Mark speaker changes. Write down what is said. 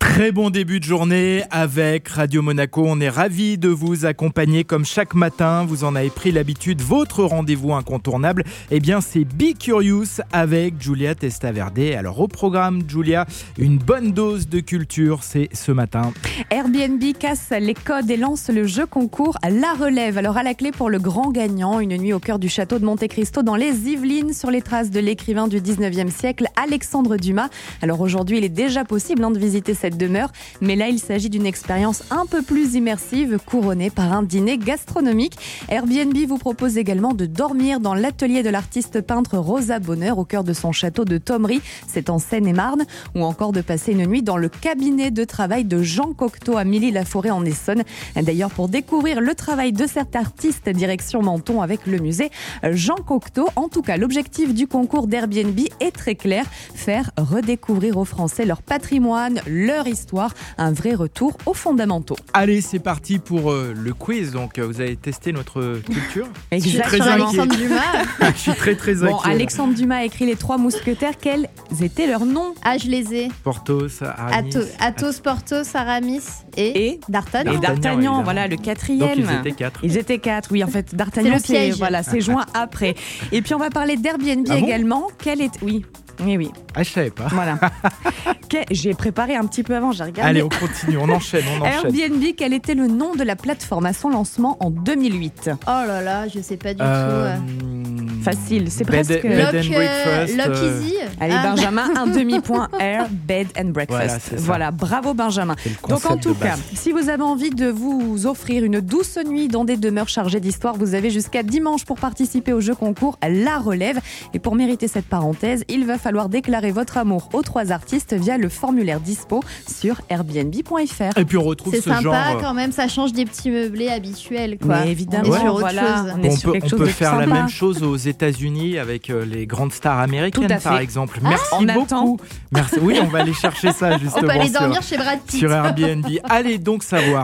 Speaker 1: Très bon début de journée avec Radio Monaco. On est ravi de vous accompagner comme chaque matin. Vous en avez pris l'habitude. Votre rendez-vous incontournable, eh bien, c'est Be Curious avec Julia Testaverde. Alors, au programme, Julia, une bonne dose de culture, c'est ce matin.
Speaker 2: Airbnb casse les codes et lance le jeu concours La Relève. Alors, à la clé pour le grand gagnant, une nuit au cœur du château de Monte Cristo dans les Yvelines sur les traces de l'écrivain du 19e siècle, Alexandre Dumas. Alors, aujourd'hui, il est déjà possible hein, de visiter cette demeure. Mais là, il s'agit d'une expérience un peu plus immersive, couronnée par un dîner gastronomique. Airbnb vous propose également de dormir dans l'atelier de l'artiste peintre Rosa Bonheur au cœur de son château de Thomery, c'est en Seine-et-Marne, ou encore de passer une nuit dans le cabinet de travail de Jean Cocteau à Milly-la-Forêt en Essonne. D'ailleurs, pour découvrir le travail de cet artiste, direction Menton avec le musée Jean Cocteau. En tout cas, l'objectif du concours d'Airbnb est très clair faire redécouvrir aux Français leur patrimoine, leur histoire, un vrai retour aux fondamentaux.
Speaker 1: Allez, c'est parti pour euh, le quiz. Donc, euh, vous avez testé notre culture.
Speaker 2: Alexandre Dumas.
Speaker 1: Je suis très, très
Speaker 2: Bon,
Speaker 1: inquiet.
Speaker 2: Alexandre Dumas a écrit Les Trois Mousquetaires. Quels étaient leurs noms
Speaker 3: Ah, je les ai.
Speaker 1: Porthos, Aramis.
Speaker 3: Ato- Athos, Porthos, Aramis et,
Speaker 2: Et
Speaker 3: D'Artagnan.
Speaker 1: D'Artagnan,
Speaker 2: Et
Speaker 1: évidemment.
Speaker 2: D'Artagnan, voilà le
Speaker 1: Donc,
Speaker 2: quatrième.
Speaker 1: ils étaient quatre.
Speaker 2: Ils étaient quatre, oui, en fait, D'Artagnan,
Speaker 3: C'est le
Speaker 2: c'est
Speaker 3: piège.
Speaker 2: voilà, c'est joint après. Et puis on va parler d'Airbnb
Speaker 1: Ah bon
Speaker 2: également. Quel est Oui. Oui, oui,
Speaker 1: Ah, je savais pas.
Speaker 2: voilà. Que- J'ai préparé un petit peu avant, j'ai regardé.
Speaker 1: Allez, on continue, on enchaîne, on enchaîne.
Speaker 2: Airbnb, quel était le nom de la plateforme à son lancement en 2008
Speaker 3: Oh là là, je sais pas du
Speaker 1: Euh,
Speaker 3: tout.
Speaker 2: Facile, c'est
Speaker 1: bed-
Speaker 2: presque-
Speaker 3: euh.
Speaker 1: Bed and
Speaker 3: Lock, euh,
Speaker 1: breakfast.
Speaker 3: Lock
Speaker 1: euh,
Speaker 3: Easy.
Speaker 2: Allez, ben,
Speaker 3: Ah,
Speaker 2: Benjamin, un demi-point Air, Bed
Speaker 1: Voilà,
Speaker 2: and Breakfast.
Speaker 1: c'est ça.
Speaker 2: voilà bravo, Benjamin.
Speaker 1: c'est le
Speaker 2: Donc
Speaker 1: concept
Speaker 2: en
Speaker 1: de
Speaker 2: tout cas,
Speaker 1: base.
Speaker 2: si vous avez envie de vous offrir une douce nuit dans des demeures chargées d'histoire, vous avez jusqu'à dimanche pour participer au jeu concours La Relève. Et pour mériter cette parenthèse, il va falloir déclarer votre amour aux trois artistes via le formulaire dispo sur airbnb.fr.
Speaker 1: Et puis on retrouve
Speaker 3: c'est
Speaker 1: ce
Speaker 3: sympa
Speaker 1: genre. euh,
Speaker 3: quand même, ça change des petits meublés habituels quoi.
Speaker 2: Mais évidemment,
Speaker 3: On est sur autre
Speaker 2: voilà,
Speaker 3: chose.
Speaker 2: on est
Speaker 1: euh, on peut,
Speaker 2: sur quelque
Speaker 1: on
Speaker 2: chose
Speaker 1: peut
Speaker 2: de
Speaker 1: faire
Speaker 2: sympa.
Speaker 1: la même chose aux États-Unis avec euh, les grandes stars américaines,
Speaker 2: Tout à fait. Ah,
Speaker 1: par exemple. Merci
Speaker 2: on
Speaker 1: beaucoup.
Speaker 2: attend.
Speaker 1: Merci. Oui, on va aller chercher ça
Speaker 3: On
Speaker 1: justement
Speaker 3: peut aller
Speaker 1: sur-
Speaker 3: dormir chez Brad Pitt.
Speaker 1: sur Airbnb. Allez donc savoir.